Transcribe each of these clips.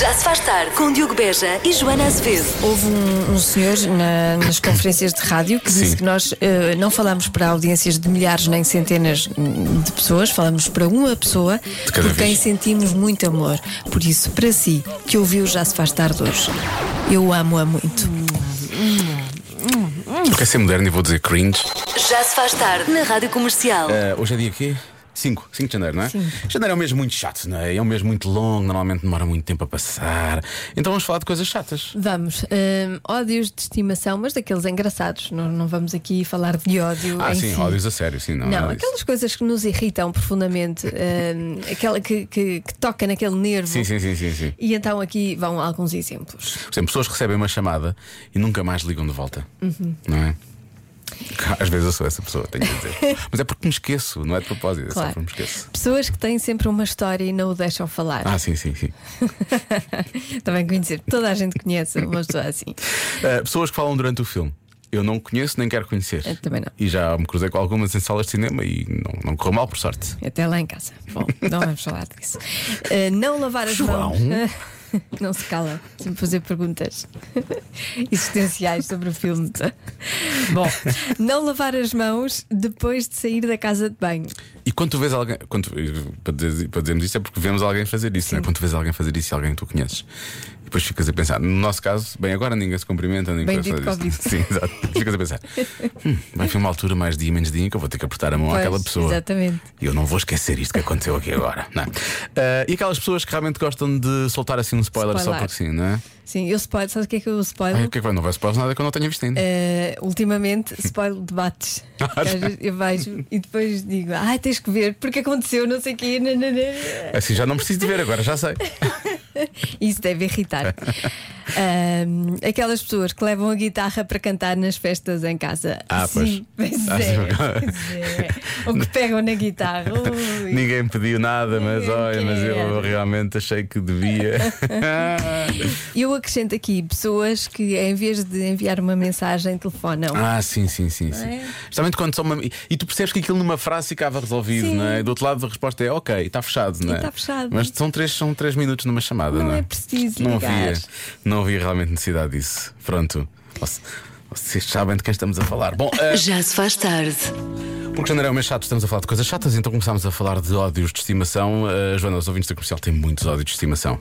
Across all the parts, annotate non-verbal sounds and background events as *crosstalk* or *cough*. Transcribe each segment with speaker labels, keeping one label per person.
Speaker 1: Já se faz tarde com Diogo Beja e Joana Azevedo.
Speaker 2: Houve um, um senhor na- nas conferências de rádio que disse
Speaker 3: Sim.
Speaker 2: que nós eh, não falamos para audiências de milhares nem centenas hum, de pessoas, falamos para uma pessoa por
Speaker 3: cada
Speaker 2: quem
Speaker 3: vez.
Speaker 2: sentimos muito amor. Por isso, para si, que ouviu Já Se Faz Tarde hoje, eu amo-a muito.
Speaker 3: Porque é ser moderno e vou dizer cringe.
Speaker 1: Já se faz tarde na Rádio Comercial.
Speaker 3: Eh, hoje é dia quê? 5, 5 de janeiro, não é? Janeiro é um mês muito chato, não é? É um mês muito longo, normalmente demora muito tempo a passar. Então vamos falar de coisas chatas.
Speaker 4: Vamos, hum, ódios de estimação, mas daqueles engraçados, não, não vamos aqui falar de ódio.
Speaker 3: Ah,
Speaker 4: em
Speaker 3: sim,
Speaker 4: si.
Speaker 3: ódios a sério, sim, não. é
Speaker 4: Não,
Speaker 3: nada disso.
Speaker 4: aquelas coisas que nos irritam profundamente, hum, aquela que, que- que toca naquele nervo.
Speaker 3: Sim, sim, sim, sim, sim.
Speaker 4: E então aqui vão alguns exemplos.
Speaker 3: Por exemplo, pessoas que recebem uma chamada e nunca mais ligam de volta. Não é? Às vezes eu sou essa pessoa, tenho que *laughs* dizer. Mas é porque me esqueço, não é de propósito, é só
Speaker 4: Claro.
Speaker 3: porque me esqueço.
Speaker 4: Pessoas que têm sempre uma história e não o deixam falar.
Speaker 3: Ah, sim, sim, sim.
Speaker 4: Também conhecer, toda a gente conhece uma pessoa assim.
Speaker 3: Eh, pessoas que falam durante o filme. Eu não conheço nem quero conhecer.
Speaker 4: Eu também não.
Speaker 3: E já me cruzei com algumas em salas de cinema e não, não correu mal, por sorte.
Speaker 4: Até lá em casa. Bom, não vamos falar disso. Eh, não lavar as
Speaker 3: João?
Speaker 4: mãos. *laughs* não se cala, sempre fazer perguntas *laughs* existenciais sobre o filme. Bom, não lavar as mãos depois de sair da casa de banho.
Speaker 3: E quando tu vês alguém. Quando, eh, para, dizer- para dizermos isso é porque vemos alguém fazer isso, não é? Quando tu vês alguém fazer isso e alguém que tu conheces. E depois ficas a pensar. No nosso caso, bem, agora ninguém se cumprimenta, ninguém
Speaker 4: Bendito
Speaker 3: faz
Speaker 4: Covid.
Speaker 3: Sim, exato. Ficas a pensar. "Hum, vai ser uma altura, mais dia, menos dia, que eu vou ter que apertar a mão
Speaker 4: Pois,
Speaker 3: àquela pessoa.
Speaker 4: exatamente.
Speaker 3: E eu não vou esquecer isto que aconteceu aqui agora. Não é? Ah, e aquelas pessoas que realmente gostam de soltar assim um spoiler, só
Speaker 4: Spoiler.
Speaker 3: porque sim, não é?
Speaker 4: Sim, eu spoiler, sabes o que é que eu
Speaker 3: Ai,
Speaker 4: spoiler?
Speaker 3: o que é que vai? Não vai spoiler nada que eu não tenha visto ainda.
Speaker 4: Eh, ultimamente, spoiler
Speaker 3: *laughs*
Speaker 4: debates.
Speaker 3: Ah,
Speaker 4: Às vezes eu vejo e depois digo, ai, tens que ver, porque aconteceu, não sei o quê. nananã."
Speaker 3: Assim já não preciso de ver agora, já sei.
Speaker 4: Isso deve
Speaker 3: *laughs*
Speaker 4: irritar. Ahm, aquelas pessoas que levam a guitarra para cantar nas festas em casa.
Speaker 3: Ah, pois.
Speaker 4: Sim, pois
Speaker 3: Ah,
Speaker 4: é,
Speaker 3: sim.
Speaker 4: pois é. Ou que pegam na guitarra. Ui.
Speaker 3: Ninguém pediu nada, mas
Speaker 4: Ninguém
Speaker 3: olha, mas eu
Speaker 4: quer.
Speaker 3: realmente achei que devia.
Speaker 4: *laughs* Eu acrescento aqui pessoas que, em vez de enviar uma mensagem, telefonam.
Speaker 3: ah, sim, sim, sim. sim.
Speaker 4: é?
Speaker 3: Justamente quando só uma. E tu percebes que aquilo numa frase ficava resolvido,
Speaker 4: Sim.
Speaker 3: não é? Do outro lado a resposta é ok, está fechado, não é?
Speaker 4: está fechado.
Speaker 3: Mas são três, são três minutos numa chamada, não,
Speaker 4: Não é preciso
Speaker 3: Não
Speaker 4: ligar.
Speaker 3: havia, não havia realmente necessidade disso. Pronto. Vocês- Vocês sabem de quem estamos a
Speaker 4: *laughs*
Speaker 3: falar. Bom, ah,
Speaker 1: Já se faz tarde.
Speaker 3: Porque janeiro é um mês chato, estamos a falar de coisas chatas, então começámos a falar de ódios de estimação. Uh, Joana, os ouvintes da comercial têm muitos ódios de estimação.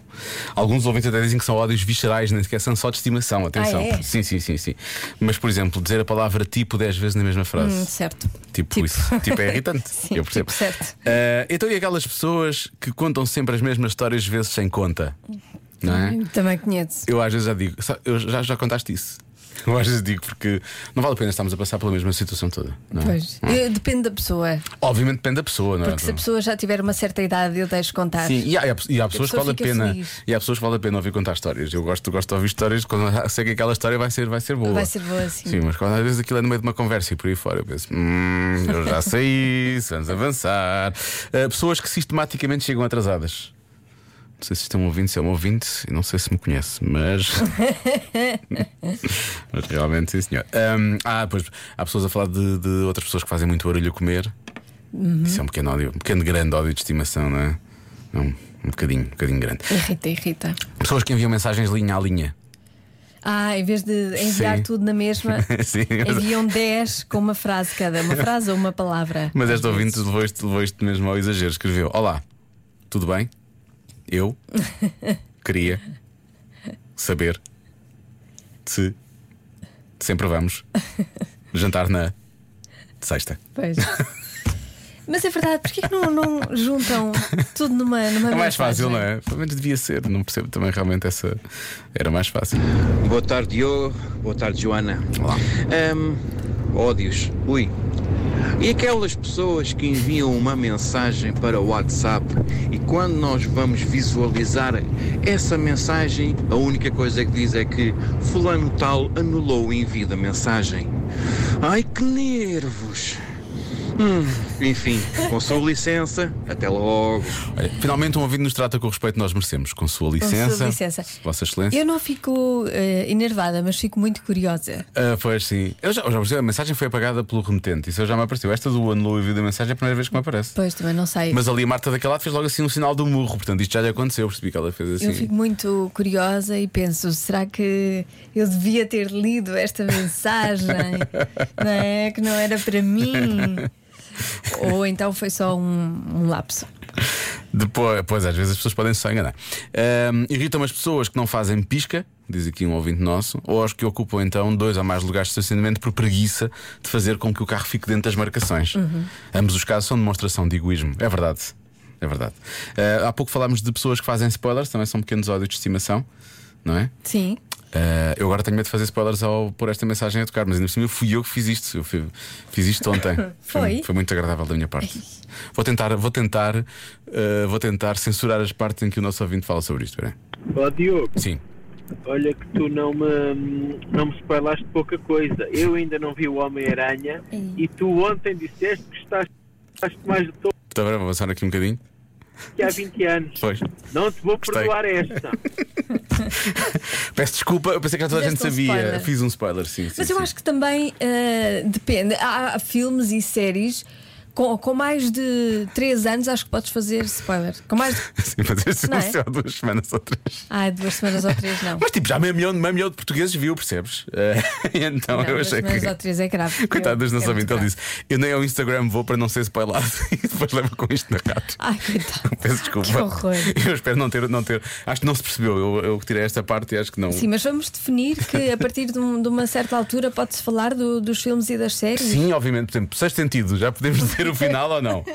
Speaker 3: Alguns ouvintes até dizem que são ódios viscerais, nem sequer são só de estimação, atenção.
Speaker 4: Ah, é?
Speaker 3: Sim, sim, sim, sim. Mas, por exemplo, dizer a palavra tipo 10 vezes na mesma frase.
Speaker 4: Hum, certo.
Speaker 3: Tipo, isso. Tipo é
Speaker 4: *laughs*
Speaker 3: irritante.
Speaker 4: Sim,
Speaker 3: eu percebo.
Speaker 4: tipo, certo.
Speaker 3: Uh, então, e aquelas pessoas que contam sempre as mesmas histórias vezes sem conta? Não é?
Speaker 4: Também conheço.
Speaker 3: Eu às vezes já digo, "Sa- eu já, já contaste isso. *laughs* Eu às vezes digo porque não vale a pena estarmos a passar pela mesma situação toda. não é? Tá
Speaker 4: Pois. Eu- depende da pessoa.
Speaker 3: Obviamente depende da pessoa, não é?
Speaker 4: Porque se a pessoa já tiver uma certa idade, eu deixo contar.
Speaker 3: Sim, e há, e há- e há pessoas que
Speaker 4: pessoa
Speaker 3: vale a
Speaker 4: fica
Speaker 3: pena.
Speaker 4: feliz.
Speaker 3: E há pessoas que vale a pena ouvir contar histórias. Eu gosto, gosto de ouvir histórias quando *laughs* sei que aquela história vai ser, vai ser boa.
Speaker 4: Vai ser boa, sim.
Speaker 3: Sim, mas quando às vezes aquilo é no meio de uma conversa e por aí fora, eu penso, hum, eu já *laughs* sei isso, vamos avançar. Ah, pessoas que sistematicamente chegam atrasadas. Não sei se estão ouvindo, se é um ouvinte, e não sei se me conhece,
Speaker 4: *laughs*
Speaker 3: mas. mas realmente, sim, senhor. Ahm, ah, pois há pessoas a falar de, de outras pessoas que fazem muito barulho a comer.
Speaker 4: Uhum.
Speaker 3: Isso é um pequeno ódio, um pequeno grande ódio de estimação, não é? É Um, um bocadinho, um bocadinho grande.
Speaker 4: Irrita, irrita.
Speaker 3: Pessoas que enviam mensagens linha a linha.
Speaker 4: Ah, em vez de enviar
Speaker 3: Sim. É
Speaker 4: tudo na mesma,
Speaker 3: *laughs* Sim, mas-
Speaker 4: enviam 10 com uma frase cada, uma frase ou uma palavra.
Speaker 3: Mas é-
Speaker 4: às
Speaker 3: esta
Speaker 4: vezes.
Speaker 3: ouvinte levou isto, levou isto mesmo ao exagero. Escreveu: Olá, tudo bem? Eu queria saber se sempre vamos jantar na sexta.
Speaker 4: Pois. Mas é verdade, porque é que não, não juntam tudo numa, numa
Speaker 3: É
Speaker 4: mensagem?
Speaker 3: mais fácil, não é? Pelo menos devia ser. Não percebo também realmente essa. Era mais fácil.
Speaker 5: Boa tarde, Diogo. Boa tarde, Joana.
Speaker 3: Olá.
Speaker 5: Ahm, ódios. Ui. E aquelas pessoas que enviam uma mensagem para o WhatsApp e quando nós vamos visualizar essa mensagem, a única coisa que diz é que Fulano Tal anulou o envio da mensagem. Ai que nervos! Hum, Enfim, com sua licença, até logo.
Speaker 3: Olha, finalmente um ouvido nos trata com o respeito que nós merecemos. Com sua licença.
Speaker 4: licença.
Speaker 3: Vossa Excelência.
Speaker 4: Eu não fico eh, enervada, mas fico muito curiosa.
Speaker 3: Ah, pois sim. Eu já, eu já percebi, a mensagem foi apagada pelo remetente. Isso já me apareceu. Esta do Unlow e da mensagem é a primeira vez que me aparece.
Speaker 4: Pois também não sei.
Speaker 3: Mas ali a Marta daquela lado fez logo assim um sinal do murro. Portanto, isto já lhe aconteceu. Eu Percebi que ela fez assim.
Speaker 4: Eu fico muito curiosa e penso: será que eu devia ter lido esta
Speaker 3: *laughs*
Speaker 4: mensagem? não é? Que não era para mim? Ou então foi só um, um lapso?
Speaker 3: Depois, pois, às vezes as pessoas podem se só enganar. Ahm, Irritam as pessoas que não fazem pisca, diz aqui um ouvinte nosso, ou as que ocupam então dois ou mais lugares de estacionamento por preguiça de fazer com que o carro fique dentro das marcações.
Speaker 4: Uhum.
Speaker 3: Ambos os casos são demonstração de egoísmo. É verdade. É verdade. Ah, há pouco falámos de pessoas que fazem spoilers, também são pequenos ódios de estimação, não é?
Speaker 4: Sim.
Speaker 3: Ah, eu agora tenho medo de fazer spoilers ao pôr esta mensagem a tocar, mas ainda por cima fui eu que fiz isto. Eu fui- fiz isto ontem.
Speaker 4: *laughs* Foi?
Speaker 3: foi muito agradável da minha parte. Vou tentar, vou tentar, ah, vou tentar censurar as partes em que o nosso ouvinte fala sobre isto. espera aí.
Speaker 6: Ó Diogo,
Speaker 3: Sim.
Speaker 6: olha que tu não me, não me spoilaste pouca coisa. Eu ainda não vi o Homem-Aranha e tu ontem disseste que estás gostaste mais de todo
Speaker 3: Está bem, vou avançar aqui um bocadinho.
Speaker 6: que há 20 anos.
Speaker 3: Pois.
Speaker 6: Não te vou
Speaker 3: Gostei.
Speaker 6: perdoar esta.
Speaker 3: Peço desculpa, eu pensei que já toda a gente
Speaker 4: Fizeste um
Speaker 3: sabia.
Speaker 4: spoiler.
Speaker 3: Fiz um spoiler, sim. sim,
Speaker 4: Mas eu
Speaker 3: sim.
Speaker 4: acho que também eh, depende. Há, há filmes e séries. Com, com mais de 3 anos, acho que podes fazer spoiler. Com mais de.
Speaker 3: *laughs* Sim, mas este
Speaker 4: Não é?
Speaker 3: anúncio há duas semanas ou três.
Speaker 4: Ai, duas semanas ou três,
Speaker 3: *laughs*
Speaker 4: não.
Speaker 3: Mas tipo, já meio milhão, meio milhão de portugueses viu, percebes? Ah, *laughs* então
Speaker 4: Não,
Speaker 3: eu
Speaker 4: duas
Speaker 3: achei
Speaker 4: semanas
Speaker 3: que.
Speaker 4: ou três é grave.
Speaker 3: *laughs* Coitado dos
Speaker 4: Eu-
Speaker 3: nossos
Speaker 4: é muito
Speaker 3: ouvintes, ele
Speaker 4: grave.
Speaker 3: disse: Eu nem ao Instagram vou para não ser spoilado *laughs* e depois levo com isto na cara. *laughs*
Speaker 4: Ai, coitado.
Speaker 3: Peço desculpa.
Speaker 4: Que horror.
Speaker 3: Eu espero não ter, não ter. Acho que não se percebeu. Eu, eu tirei esta parte e acho que não.
Speaker 4: Sim, mas vamos definir que a partir de, um- de uma certa altura pode-se falar do- dos filmes e das séries.
Speaker 3: Sim, obviamente. Por exemplo, sexto sentido, já podemos dizer o final
Speaker 4: *laughs*
Speaker 3: ou não?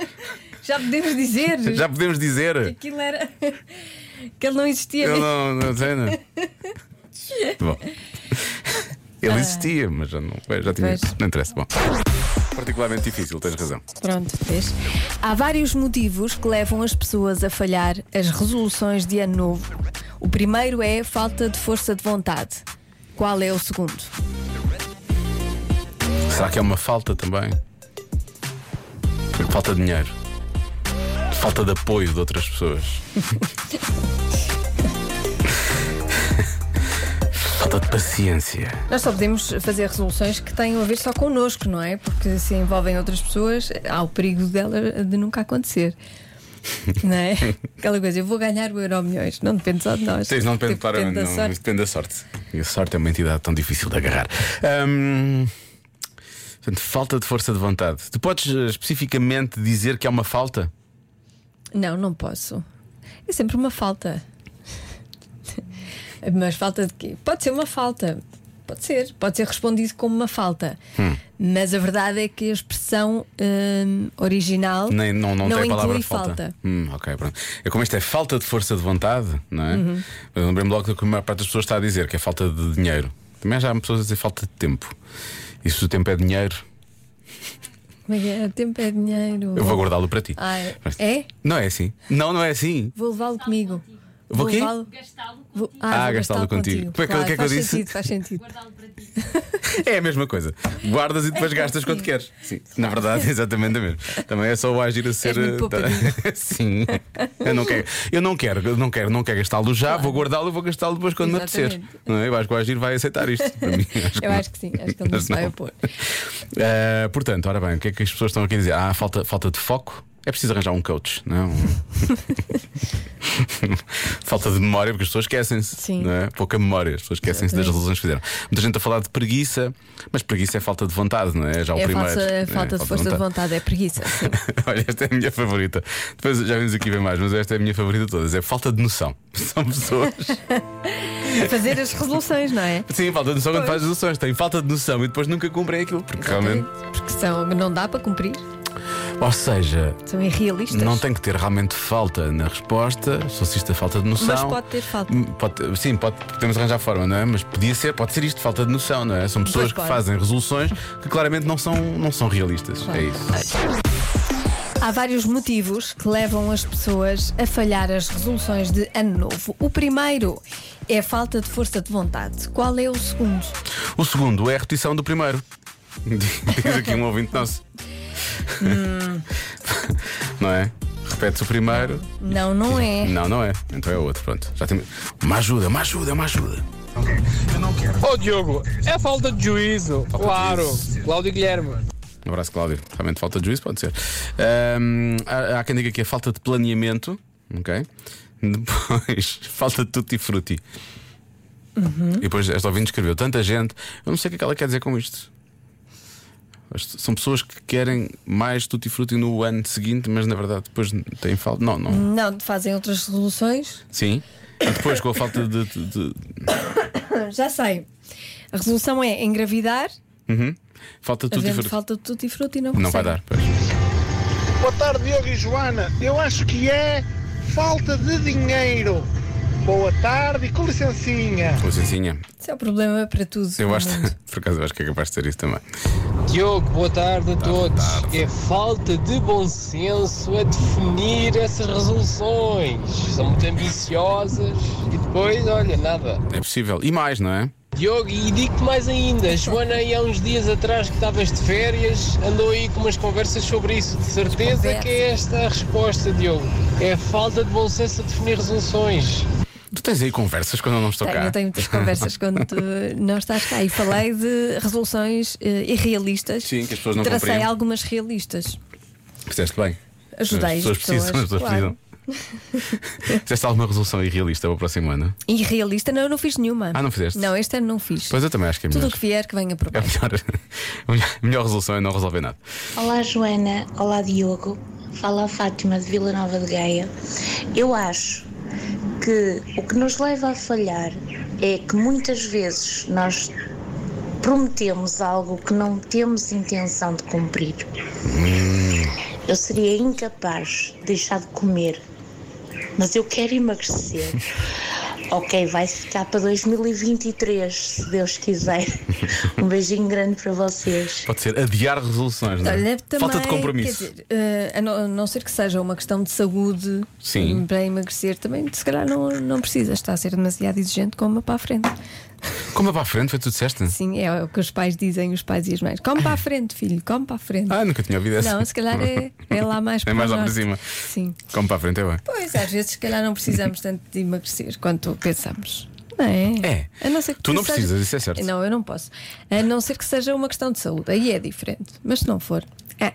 Speaker 4: Já podemos dizer
Speaker 3: *laughs* Já podemos dizer.
Speaker 4: que aquilo era. *laughs* que ele não existia.
Speaker 3: Eu
Speaker 4: mesmo.
Speaker 3: não, não sei,
Speaker 4: *laughs*
Speaker 3: não. Bom. Ele existia, mas já não. Já tinha.
Speaker 4: Ah. Pois.
Speaker 3: Não interessa. Bom. Particularmente difícil, tens razão.
Speaker 4: Pronto, vês? Há vários motivos que levam as pessoas a falhar as resoluções de ano novo. O primeiro é falta de força de vontade. Qual é o segundo?
Speaker 3: Será que é uma falta também? Falta de dinheiro. Falta de apoio de outras pessoas. Falta de paciência.
Speaker 4: Nós só podemos fazer resoluções que tenham a ver só connosco, não é? Porque se envolvem outras pessoas, há o perigo dela de nunca
Speaker 3: *laughs*
Speaker 4: acontecer. Não é? Aquela coisa, eu vou ganhar o euro milhões, não depende só de nós.
Speaker 3: Tens, não depende, claramente,
Speaker 4: da
Speaker 3: não,
Speaker 4: Tipo, sorte.
Speaker 3: depende da sorte. E a sorte é uma entidade tão difícil de agarrar. Hum, portanto, falta de força de vontade. Tu podes eh, especificamente dizer que é uma falta?
Speaker 4: Não, não posso. É sempre uma falta. *laughs* Mas falta de quê? Pode ser uma falta. Pode ser. Pode ser respondido como uma falta.
Speaker 3: Hum.
Speaker 4: Mas a verdade é que a expressão hum, original
Speaker 3: Nem, não, não, tem a palavra
Speaker 4: inclui
Speaker 3: de falta.
Speaker 4: falta.
Speaker 3: Hum, ok, pronto. É como isto é falta de força de vontade, não é?
Speaker 4: Uhum.
Speaker 3: Eu Lembrei-me logo do que a maior parte das pessoas está a dizer, que é falta de dinheiro. Também já há pessoas a dizer falta de tempo. E se o tempo é dinheiro,
Speaker 4: Como é que é? Tempo é dinheiro.
Speaker 3: eu vou guardá-lo para ti.
Speaker 4: Ah, é?
Speaker 3: Não é assim? Não, não é assim.
Speaker 4: Vou levá-lo comigo.
Speaker 3: Vou quê?
Speaker 4: levá-lo- Vou-
Speaker 3: Ah,
Speaker 4: vou
Speaker 3: gastá-lo contigo. Como é que- o
Speaker 4: Claro,
Speaker 3: que é que eu
Speaker 4: faz
Speaker 3: disse?
Speaker 4: Sentido, faz
Speaker 3: *laughs*
Speaker 4: sentido.
Speaker 3: É a mesma coisa. Guardas e
Speaker 4: É
Speaker 3: depois gastas quando queres. Sim. Na verdade, é exatamente a mesma. Também é só o agir a ser. tá-
Speaker 4: muito poupadinho.
Speaker 3: *laughs* Sim. Eu não quero, eu não quero, eu não quero, não quero gastá-lo já, vou guardá-lo e vou gastá-lo depois quando me
Speaker 4: Exatamente.
Speaker 3: apetecer. Não é? Eu acho que o agir vai aceitar isto. Para mim, acho que
Speaker 4: Eu
Speaker 3: não.
Speaker 4: acho que sim, acho que ele não
Speaker 3: Mas
Speaker 4: se vai
Speaker 3: não. é
Speaker 4: opor.
Speaker 3: Eh, portanto, ora bem, o que é que as pessoas estão aqui a dizer? Ah, falta, falta de foco? É preciso arranjar um coach,
Speaker 4: *laughs*
Speaker 3: não? falta de memória, porque as pessoas esquecem-se.
Speaker 4: Sim.
Speaker 3: não é? Pouca memória, as pessoas esquecem-se das resoluções que fizeram. Muita gente a falar de preguiça, mas preguiça é falta de vontade, não é? Já o
Speaker 4: É
Speaker 3: primeiro.
Speaker 4: falsa,
Speaker 3: é,
Speaker 4: falta de força de vontade, é preguiça. Sim.
Speaker 3: *laughs* Olha, esta é a minha favorita. Depois já vimos aqui bem mais, mas esta é a minha favorita de todas. É falta de noção. *laughs* São
Speaker 4: *laughs*
Speaker 3: pessoas.
Speaker 4: É fazer as resoluções, não é?
Speaker 3: Sim, falta de noção quando faz resoluções. Tem falta de noção e depois nunca cumprem aquilo. Porque realmente.
Speaker 4: Porque são, não dá para cumprir,
Speaker 3: Ou seja,
Speaker 4: são irrealistas.
Speaker 3: Não tem que ter realmente falta na resposta, só se isto é falta de noção.
Speaker 4: Mas pode ter falta.
Speaker 3: Hum, pode ter- sim, pode, podemos arranjar forma, não é? Mas podia ser, pode ser isto, falta de noção, não é? São pessoas
Speaker 4: Pois
Speaker 3: que
Speaker 4: pode.
Speaker 3: fazem resoluções que claramente não são, não são realistas. É isso.
Speaker 4: Há vários motivos que levam as pessoas a falhar as resoluções de ano novo. O primeiro é a falta de força de vontade. Qual é o segundo?
Speaker 3: O segundo é a repetição do primeiro. Diz aqui um ouvinte nosso.
Speaker 4: Hum.
Speaker 3: Não é? Repete-se o primeiro.
Speaker 4: Não, não é.
Speaker 3: Não, não é. Então é outro, pronto. Já tem. Uma ajuda, uma ajuda, uma ajuda.
Speaker 7: Ô Diogo, é falta de juízo. Claro, Cláudio Guilherme.
Speaker 3: Um abraço, Cláudio. Realmente falta de juízo, pode ser. Ahm, há, há quem diga que é falta de planeamento, ok? Depois, *laughs* falta de tutti frutti. E depois, esta ouvinte escreveu: tanta gente, eu não sei o que é que ela quer dizer com isto. Mas São pessoas que querem mais tutti frutti no ano seguinte, mas na verdade depois têm falta. Não, não.
Speaker 4: Não, fazem outras resoluções.
Speaker 3: Sim. E depois, com a falta de. de- de-
Speaker 4: Já sei.
Speaker 2: A resolução é engravidar,
Speaker 3: Uhum. Falta de tutti
Speaker 4: Havendo
Speaker 3: frutti.
Speaker 4: falta de tutti frutti e não
Speaker 3: Não vai
Speaker 4: consegue.
Speaker 3: dar, pois.
Speaker 8: Boa tarde, Diogo e Joana. Eu acho que é falta de dinheiro. Boa tarde e com licencinha.
Speaker 3: Com licencinha.
Speaker 4: Isso é um problema para tudo.
Speaker 3: Eu acho. *laughs* Por acaso, eu acho que é capaz de ser isso também.
Speaker 7: Diogo, boa tarde a todos. É falta de bom senso a definir essas resoluções. São muito ambiciosas e depois, olha, nada.
Speaker 3: É possível. E mais, não é?
Speaker 7: Diogo, e digo-te mais ainda, a Joana aí há uns dias atrás que estavas de férias, andou aí com umas conversas sobre isso. De certeza que é esta a resposta, Diogo. É falta de bom senso a definir resoluções.
Speaker 3: Tu tens aí conversas quando eu não estou
Speaker 4: Tenho,
Speaker 3: cá.
Speaker 4: eu tenho muitas conversas
Speaker 3: *laughs*
Speaker 4: quando tu não estás cá e falei de resoluções eh, irrealistas.
Speaker 3: Sim, que as pessoas não
Speaker 4: Tracei
Speaker 3: compreendem.
Speaker 4: algumas realistas.
Speaker 3: Fizeste bem.
Speaker 4: Ajudei
Speaker 3: as pessoas precisam, as pessoas
Speaker 4: claro.
Speaker 3: precisam. *laughs* Fizeste alguma resolução irrealista para o próximo ano?
Speaker 4: Irrealista, não, eu não fiz nenhuma.
Speaker 3: Ah, não fizeste?
Speaker 4: Não, este ano não fiz.
Speaker 3: Pois eu também acho que é
Speaker 4: Tudo
Speaker 3: melhor.
Speaker 4: o que vier que venha por
Speaker 3: É a
Speaker 4: bem.
Speaker 3: melhor, *laughs* a melhor- a melhor resolução é não resolver nada.
Speaker 9: Olá Joana, olá Diogo, fala a Fátima de Vila Nova de Gaia. Eu acho que o que nos leva a falhar é que muitas vezes nós prometemos algo que não temos intenção de cumprir. Eu seria incapaz de deixar de comer, mas eu quero emagrecer. Ok, vai ficar para 2023, se Deus quiser. Um beijinho grande para vocês.
Speaker 3: Pode ser adiar resoluções, não é?
Speaker 4: Olha,
Speaker 3: Falta de
Speaker 4: também,
Speaker 3: compromisso.
Speaker 4: quer dizer, eh, a, não, a não ser que seja uma questão de saúde
Speaker 3: Sim.
Speaker 4: eh, para emagrecer, também se calhar não, não precisa. Está a ser demasiado exigente, coma para a frente.
Speaker 3: Como é para a frente, foi tudo disseste?
Speaker 4: Sim, é o que os pais dizem, os pais e as mães. Come
Speaker 3: *laughs*
Speaker 4: para a frente, filho, come para a frente.
Speaker 3: Ah, nunca tinha ouvido essa.
Speaker 4: Não, se calhar é, é lá mais para
Speaker 3: *laughs* É mais
Speaker 4: o
Speaker 3: lá para
Speaker 4: norte.
Speaker 3: cima.
Speaker 4: Sim.
Speaker 3: Como para a frente é bem.
Speaker 4: Pois, às vezes, se calhar, não precisamos tanto de emagrecer quanto pensamos. Não é?
Speaker 3: É.
Speaker 4: A não ser que
Speaker 3: Tu não
Speaker 4: seja-
Speaker 3: precisas, isso é certo.
Speaker 4: Não, eu não posso. A não ser que seja uma questão de saúde. Aí é diferente. Mas se não for, é.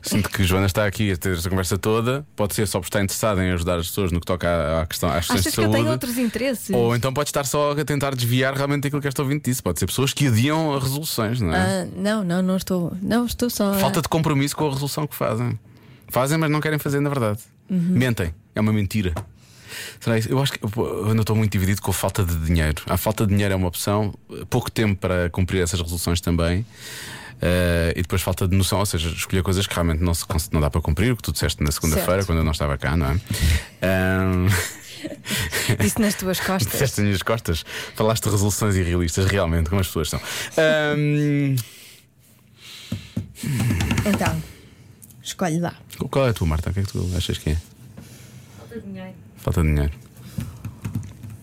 Speaker 3: Sinto que Joana está aqui a ter esta conversa toda. Pode ser só por estar interessada em ajudar as pessoas no que toca à, à questão, às questões
Speaker 4: Achas
Speaker 3: de
Speaker 4: que eu
Speaker 3: saúde.
Speaker 4: tenho outros interesses?
Speaker 3: Ou então pode estar só a tentar desviar realmente aquilo que esta ouvinte disse. Pode ser pessoas que adiam as resoluções, não é?
Speaker 4: Ah, não, não, não estou. Não, estou só. a-
Speaker 3: Falta de compromisso com a resolução que fazem. Fazem, mas não querem fazer, na verdade. Mentem. É uma mentira. Será isso? Eu acho que pô, eu ainda estou muito dividido com a falta de dinheiro. A falta de dinheiro é uma opção, pouco tempo para cumprir essas resoluções também. eh, e depois falta de noção, ou seja, escolher coisas que realmente não, se, cons- não dá para cumprir, o que tu disseste na segunda-feira,
Speaker 4: Certo.
Speaker 3: quando eu não estava cá, não é? Ahm, *laughs*
Speaker 4: Isso nas tuas costas.
Speaker 3: Disseste nas minhas costas. Falaste de resoluções irrealistas, realmente, como as pessoas são. Ahm,
Speaker 4: então, escolhe lá.
Speaker 3: qual é a tua, Marta? O que é que tu achas que é? Falta de dinheiro.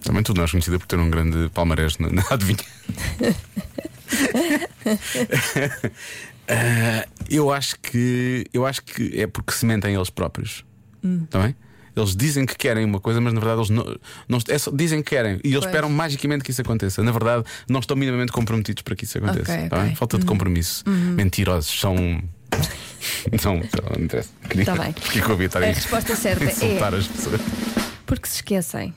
Speaker 3: Também tu não és conhecida por ter um grande palmarés na, na adivinha. Ah, eu acho que eu acho que é porque se mentem eles próprios. Está bem? Eles dizem que querem uma coisa, mas na verdade eles não, não é só- dizem que querem e eles esperam magicamente que isso aconteça. Na verdade, não estão minimamente comprometidos para que isso aconteça.
Speaker 4: Ok,
Speaker 3: está bem?
Speaker 4: ok.
Speaker 3: Falta de compromisso. Mentirosos são. *laughs* Não, então, não interessa. *laughs* Queria-
Speaker 4: Tá bem.
Speaker 3: Porque é que eu ouvi estar
Speaker 4: A
Speaker 3: aí
Speaker 4: resposta
Speaker 3: *laughs*
Speaker 4: certa
Speaker 3: insultar
Speaker 4: é
Speaker 3: as pessoas.
Speaker 4: porque se esquecem.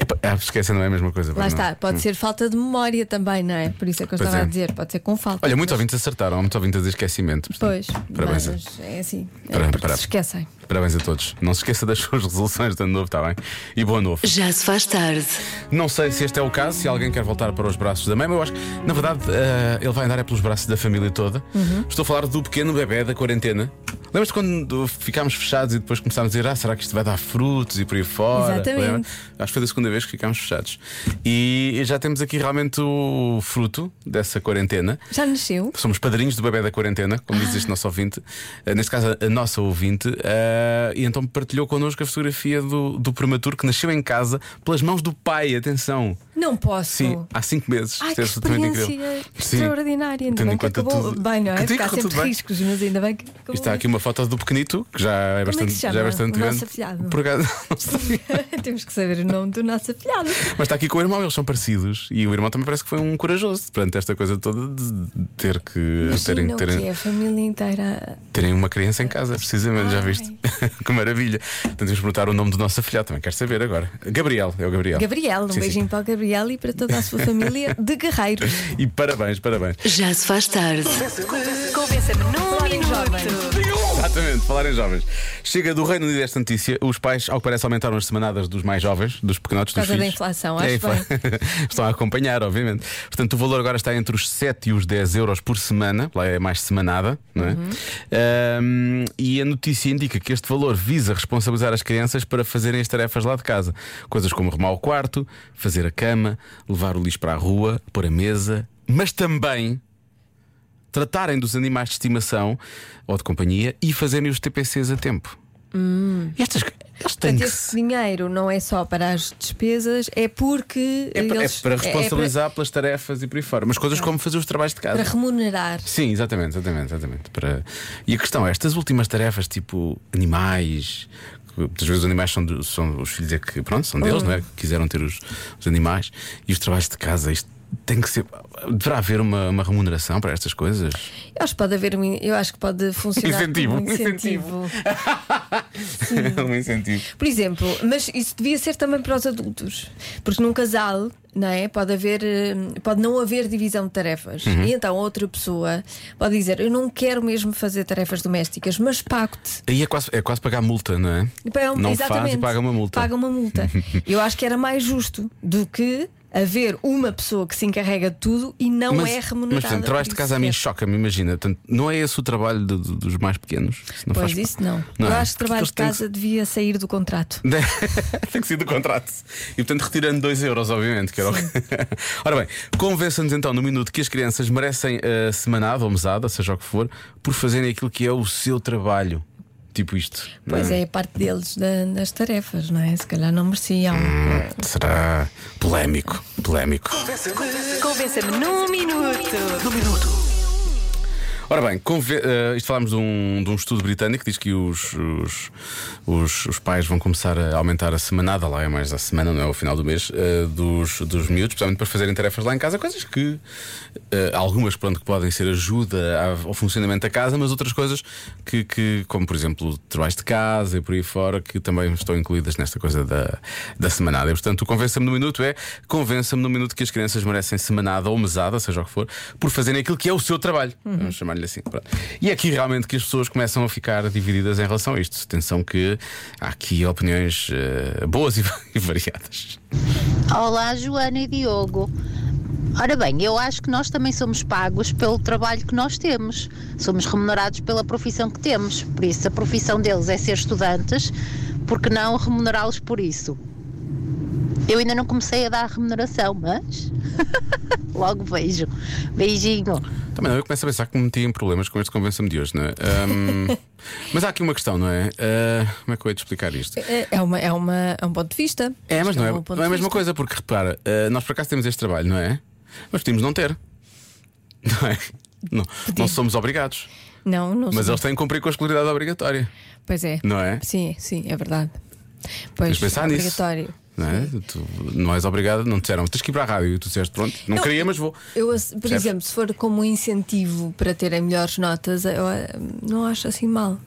Speaker 3: Epá, ah, esquece, não é a mesma coisa.
Speaker 4: Lá
Speaker 3: pois não. Hum.
Speaker 4: está, pode ser falta de memória também, não é? Por isso é que eu
Speaker 3: Pois
Speaker 4: estava
Speaker 3: é.
Speaker 4: a dizer, pode ser com falta.
Speaker 3: Olha, muitos
Speaker 4: mas-
Speaker 3: ouvintes acertaram, há muitos ouvintes de esquecimento.
Speaker 4: Pois,
Speaker 3: portanto, Parabéns, a-
Speaker 4: mas é assim. É
Speaker 3: Parabéns,
Speaker 4: porque
Speaker 3: parabéns.
Speaker 4: se esquecem.
Speaker 3: parabéns a todos. Não se esqueça das suas *laughs* resoluções de ano novo, está bem? E bom ano novo.
Speaker 1: Já se faz tarde.
Speaker 3: Não sei se este é o caso, se alguém quer voltar para os braços da mãe, mas eu acho que, na eh, verdade, ah, ele vai andar é pelos braços da família toda. Estou a falar do pequeno bebê da quarentena, Lembras-te quando ficámos fechados e depois começámos a dizer: Ah, será que isto vai dar frutos e por aí fora?
Speaker 4: Exatamente.
Speaker 3: Lembra? Acho que foi da segunda vez que ficámos fechados. E, e já temos aqui realmente o fruto dessa quarentena.
Speaker 4: Já nasceu?
Speaker 3: Somos padrinhos do bebê da quarentena, como diz este nosso ouvinte, eh, neste caso a nossa ouvinte, eh, e então partilhou connosco a fotografia do, do prematuro que nasceu em casa pelas mãos do pai, atenção.
Speaker 4: Não posso.
Speaker 3: Sim, há cinco meses.
Speaker 4: Ai,
Speaker 3: Isto
Speaker 4: que
Speaker 3: é absolutamente
Speaker 4: experiência
Speaker 3: incrível. Sim.
Speaker 4: extraordinária. Ainda
Speaker 3: Tendo em
Speaker 4: bem que
Speaker 3: conta
Speaker 4: acabou
Speaker 3: tudo-
Speaker 4: bem, não é?
Speaker 3: Que tem
Speaker 4: Porque há
Speaker 3: corrido
Speaker 4: sempre
Speaker 3: bem.
Speaker 4: riscos, mas ainda bem que acabou.
Speaker 3: Está aqui uma foto do pequenito, que já é
Speaker 4: Como é
Speaker 3: bastante,
Speaker 4: que se chama
Speaker 3: já é bastante
Speaker 4: o
Speaker 3: grande.
Speaker 4: nosso afilhado?
Speaker 3: Por acaso, *laughs* não sei.
Speaker 4: *laughs* Temos que saber o nome do nosso afilhado.
Speaker 3: Mas está aqui com o irmão, eles são parecidos. E o irmão também parece que foi um corajoso perante esta coisa toda de ter que
Speaker 4: Imagina
Speaker 3: terem,
Speaker 4: o que é
Speaker 3: terem,
Speaker 4: a família inteira.
Speaker 3: terem uma criança em casa, precisamente, já viste? *laughs* que maravilha. Portanto, vamos perguntar o nome do nosso afilhado, também quero saber agora. Gabriel, é o Gabriel.
Speaker 4: Gabriel, um
Speaker 3: Sim, sim.
Speaker 4: beijinho para o Gabriel e para toda a sua família de
Speaker 3: *laughs*
Speaker 4: guerreiros.
Speaker 3: E parabéns, parabéns.
Speaker 1: Já se faz tarde. Convença-me num minuto.
Speaker 3: Exatamente, falar em jovens. Chega do Reino Unido esta notícia. Os pais, ao que parece, aumentaram as semanadas dos mais jovens, dos pequenotes,
Speaker 4: Por
Speaker 3: dos
Speaker 4: causa da
Speaker 3: filhos. É,
Speaker 4: inflação, acho
Speaker 3: *laughs* Estão a acompanhar, obviamente. Portanto, o valor agora está entre os 7 e os 10 euros por semana. Lá é mais semanada, não é?
Speaker 4: Uhum.
Speaker 3: Ahm, e a notícia indica que este valor visa responsabilizar as crianças para fazerem as tarefas lá de casa. Coisas como arrumar o quarto, fazer a cama, levar o lixo para a rua, pôr a mesa, mas também tratarem dos animais de estimação ou de companhia e fazerem os TPCs a tempo. E Estas, eles
Speaker 4: Hum.
Speaker 3: têm
Speaker 4: Portanto,
Speaker 3: que
Speaker 4: esse dinheiro não é só para as despesas, é porque.
Speaker 3: É para, é
Speaker 4: eles-
Speaker 3: para
Speaker 4: é- é
Speaker 3: responsabilizar pelas tarefas e por aí fora. Mas coisas como fazer os trabalhos de
Speaker 4: para
Speaker 3: casa.
Speaker 4: remunerar.
Speaker 3: Sim, exatamente, exatamente, exatamente. Para... E a questão é, estas últimas tarefas, tipo animais, que muitas vezes os animais são, do- são os filhos é que pronto, são deles,
Speaker 4: Uhum.
Speaker 3: não é? Que quiseram ter os, os animais, e os trabalhos de casa, isto tem que ser. Deverá haver uma, uma remuneração para estas coisas?
Speaker 4: Eu acho que pode haver um. Eu acho que pode funcionar.
Speaker 3: Incentivo,
Speaker 4: como um
Speaker 3: incentivo.
Speaker 4: incentivo.
Speaker 3: *laughs* um incentivo.
Speaker 4: Por exemplo, mas isso devia ser também para os adultos, porque num casal não é? pode, haver, eh, pode não haver divisão de tarefas.
Speaker 3: Uhum.
Speaker 4: E então outra pessoa pode dizer: Eu não quero mesmo fazer tarefas domésticas, mas pago-te.
Speaker 3: Aí é quase, é quase pagar multa, não é?
Speaker 4: Pagam-
Speaker 3: não faz
Speaker 4: um- exatamente,
Speaker 3: e paga uma multa.
Speaker 4: Paga uma
Speaker 3: *laughs*
Speaker 4: multa. Eu acho que era mais justo do que haver uma pessoa que se encarrega de tudo e não é remunerada.
Speaker 3: Mas, portanto, trabalhos
Speaker 4: por
Speaker 3: de
Speaker 4: isso é.
Speaker 3: casa a mim
Speaker 4: mesmo.
Speaker 3: choca-me, imagina. Portanto, não é esse o trabalho do- do- dos mais pequenos? Isso não
Speaker 4: Pois
Speaker 3: faz-
Speaker 4: isso não. Eu
Speaker 3: é?
Speaker 4: acho que
Speaker 3: Porque
Speaker 4: trabalho
Speaker 3: eles
Speaker 4: de
Speaker 3: têm que-
Speaker 4: casa devia sair do contrato.
Speaker 3: *laughs* Tem que ser do contrato. E portanto, retirando 2 euros, obviamente. Que era o... *laughs* Ora bem, convença-nos então no minuto que as crianças merecem a semanada ou mesada, seja o que for, por fazerem aquilo que é o seu trabalho. Tipo isto. não
Speaker 4: Pois é, é parte deles da- das tarefas, não é? Se calhar não mereciam.
Speaker 3: Hum. Será polémico, polémico.
Speaker 1: Convença-me num minuto.
Speaker 3: Ora bem, conve- eh, isto falámos de um, de um estudo britânico que diz que os, os, os- os pais vão começar a aumentar a semanada, lá é mais a semana, não é? O final do mês, eh, dos, dos miúdos, precisamente para fazerem tarefas lá em casa, coisas que eh, algumas pronto, que podem ser ajuda à- ao funcionamento da casa, mas outras coisas que, que, como por exemplo, trabalhos de casa e por aí fora, que também estão incluídas nesta coisa da, da semanada. E portanto, o convença-me no minuto é convença-me no minuto que as crianças merecem semanada ou mesada, seja o que for, por fazerem aquilo que é o seu trabalho. Vamos chamar-lhe assim. pronto. E é aqui realmente que as pessoas começam a ficar divididas em relação a isto. Atenção que há aqui opiniões eh, boas e, e *laughs* variadas.
Speaker 10: Olá, Joana e Diogo. Ora bem, eu acho que nós também somos pagos pelo trabalho que nós temos. Somos remunerados pela profissão que temos. Por isso, a profissão deles é ser estudantes, porque não remunerá-los por isso? Eu ainda não comecei a dar remuneração, mas. *laughs* Logo vejo. Beijinho.
Speaker 3: Também não, eu começo a pensar que me meti em problemas com este convença-me de hoje, não é?
Speaker 4: *laughs*
Speaker 3: Ahm, mas há aqui uma questão, não é? Ah, como é que eu ia te explicar isto?
Speaker 4: É, é uma, é, uma, é um ponto de vista.
Speaker 3: É, mas
Speaker 4: Acho
Speaker 3: não
Speaker 4: que
Speaker 3: é,
Speaker 4: um bom ponto
Speaker 3: não é a
Speaker 4: de
Speaker 3: mesma
Speaker 4: vista.
Speaker 3: coisa, porque repara, eh, nós por acaso temos este trabalho, não é? Mas podíamos não ter. *laughs* Não é? Não, não somos obrigados.
Speaker 4: Não, não
Speaker 3: Mas
Speaker 4: sei.
Speaker 3: eles têm que cumprir com a escolaridade obrigatória.
Speaker 4: Pois é.
Speaker 3: Não é?
Speaker 4: Sim, sim, é verdade.
Speaker 3: Tens
Speaker 4: Pois
Speaker 3: de pensar nisso.
Speaker 4: obrigatório.
Speaker 3: Não é? Tu não és obrigado, não te disseram, tens que ir para a rádio e tu disseste, pronto, não
Speaker 4: Eu-
Speaker 3: queria, mas vou.
Speaker 4: Eu, ass- por
Speaker 3: Percebes?
Speaker 4: exemplo, se for como um incentivo para terem melhores notas, eu eh, não acho assim mal.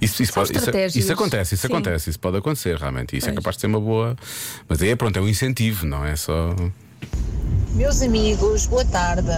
Speaker 3: Isso, isso,
Speaker 4: São
Speaker 3: pode- isso-
Speaker 4: estratégias.
Speaker 3: isso acontece, isso
Speaker 4: Sim.
Speaker 3: acontece, isso pode acontecer realmente. Isso é capaz de ser uma boa. Mas aí é pronto, é um incentivo, não é só.
Speaker 11: Meus amigos, boa tarde.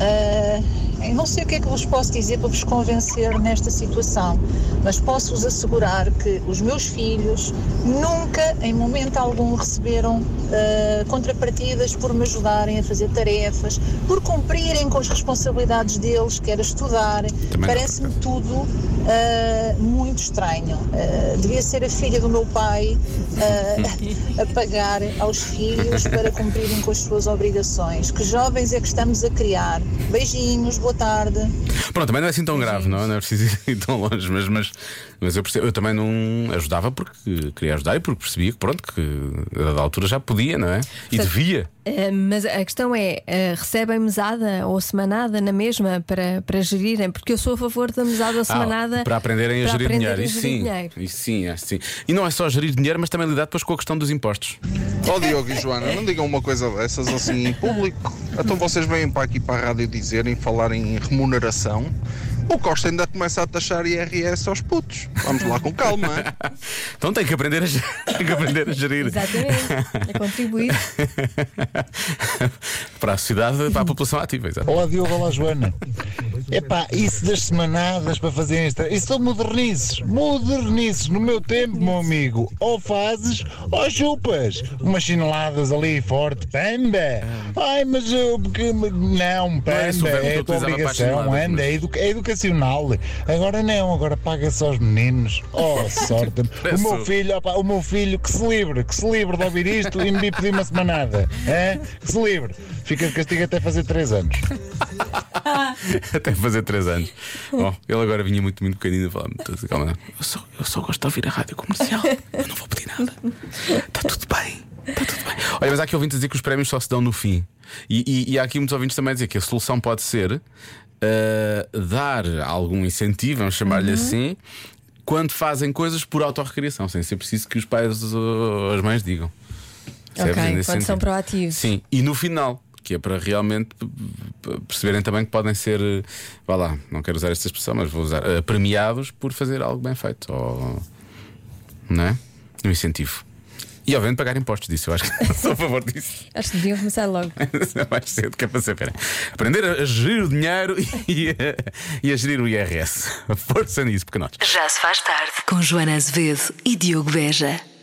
Speaker 11: Ah, eu não sei o que é que vos posso dizer para vos convencer nesta situação, mas posso-vos assegurar que os meus filhos nunca, em momento algum, receberam ah, contrapartidas por me ajudarem a fazer tarefas, por cumprirem com as responsabilidades deles, que era estudar.
Speaker 3: não,
Speaker 11: Parece-me tudo
Speaker 12: uh, muito estranho. Uh, devia ser a filha do meu pai uh, a pagar aos filhos para cumprirem com as suas obrigações. Que jovens é que estamos a criar? Beijinhos, boa tarde.
Speaker 3: Pronto, também não é assim tão grave, não, é? não é preciso *laughs* ir tão longe, mas, mas, mas eu, percebo- eu também não ajudava porque queria ajudar e porque percebia que, pronto, que a da altura já podia, não é? E
Speaker 4: Portanto,
Speaker 3: devia.
Speaker 4: Eh, mas a questão é, eh, recebem mesada ou semanada na mesma para, para gerirem? Porque eu sou a favor da mesada ou
Speaker 3: Ah,
Speaker 4: semanada.
Speaker 3: para aprenderem a
Speaker 4: para
Speaker 3: gerir
Speaker 4: aprenderem
Speaker 3: dinheiro.
Speaker 4: a
Speaker 3: Isso
Speaker 4: gerir
Speaker 3: sim,
Speaker 4: dinheiro.
Speaker 3: isso sim, acho que sim. E não é só gerir dinheiro, mas também lidar depois com a questão dos impostos.
Speaker 5: Ó Diogo e Joana, não digam uma coisa dessas assim em público. Então vocês vêm para aqui para a rádio dizerem, falarem em remuneração. O Costa ainda começa a taxar IRS aos putos. Vamos lá com calma.
Speaker 3: Então tem que aprender a, ge- *laughs* tem que aprender a gerir.
Speaker 13: Exatamente, a contribuir.
Speaker 3: *laughs* para a sociedade, para a população ativa, exato.
Speaker 11: Olá Diogo, olá Joana. Epá, isso das semanadas para fazer extra, isso são modernices. Modernices no meu tempo, meu amigo. Ou fazes ou chupas. Umas chineladas ali forte, pamba. Ai, mas eu. que- Não,
Speaker 3: esse o verbo
Speaker 11: pamba,
Speaker 3: que
Speaker 11: é
Speaker 3: eu utilizava
Speaker 11: a tua
Speaker 3: para as
Speaker 11: obrigação,
Speaker 3: chineladas,
Speaker 11: anda, é, educa- é educacional. Agora não, agora paga-se aos meninos. Oh, sorte. O meu
Speaker 14: Parece-
Speaker 11: filho, opá, o meu filho que se livre, que se livre de ouvir isto e me vir pedir uma semanada. Hã? Que se livre. Fica de castigo até fazer 3 anos.
Speaker 3: *laughs* Até fazer 3 anos. Bom, ele agora vinha muito, muito pequenino a falar muito, calma, não. eu só, eu só gosto de ouvir a rádio comercial. Eu não vou pedir nada. Está tudo bem. Está tudo bem. Olha, mas há aqui ouvintes a dizer que os prémios só se dão no fim. E, e- e há aqui muitos ouvintes também a dizer que a solução pode ser ah, dar algum incentivo, vamos chamar-lhe assim, quando fazem coisas por autorrecriação, sem ser preciso que os pais ou as mães digam.
Speaker 4: Ok,
Speaker 3: Percebes?
Speaker 4: quando
Speaker 3: Nesse
Speaker 4: são
Speaker 3: sentido.
Speaker 4: proativos.
Speaker 3: Sim, e no final, que é para realmente p- p- perceberem também que podem ser, eh, vá lá, não quero usar esta expressão, mas vou usar, eh, premiados por fazer algo bem feito, ou, não é? Um incentivo. E obviamente pagar impostos disso, eu acho que *laughs* sou a favor disso.
Speaker 4: Acho que deviam começar logo.
Speaker 3: Mais cedo que é para saber. Aprender a gerir o dinheiro *laughs* e a, e a gerir o IRS. Força nisso, porque nós.
Speaker 10: Já se faz tarde com Joana Azevedo e Diogo Veja.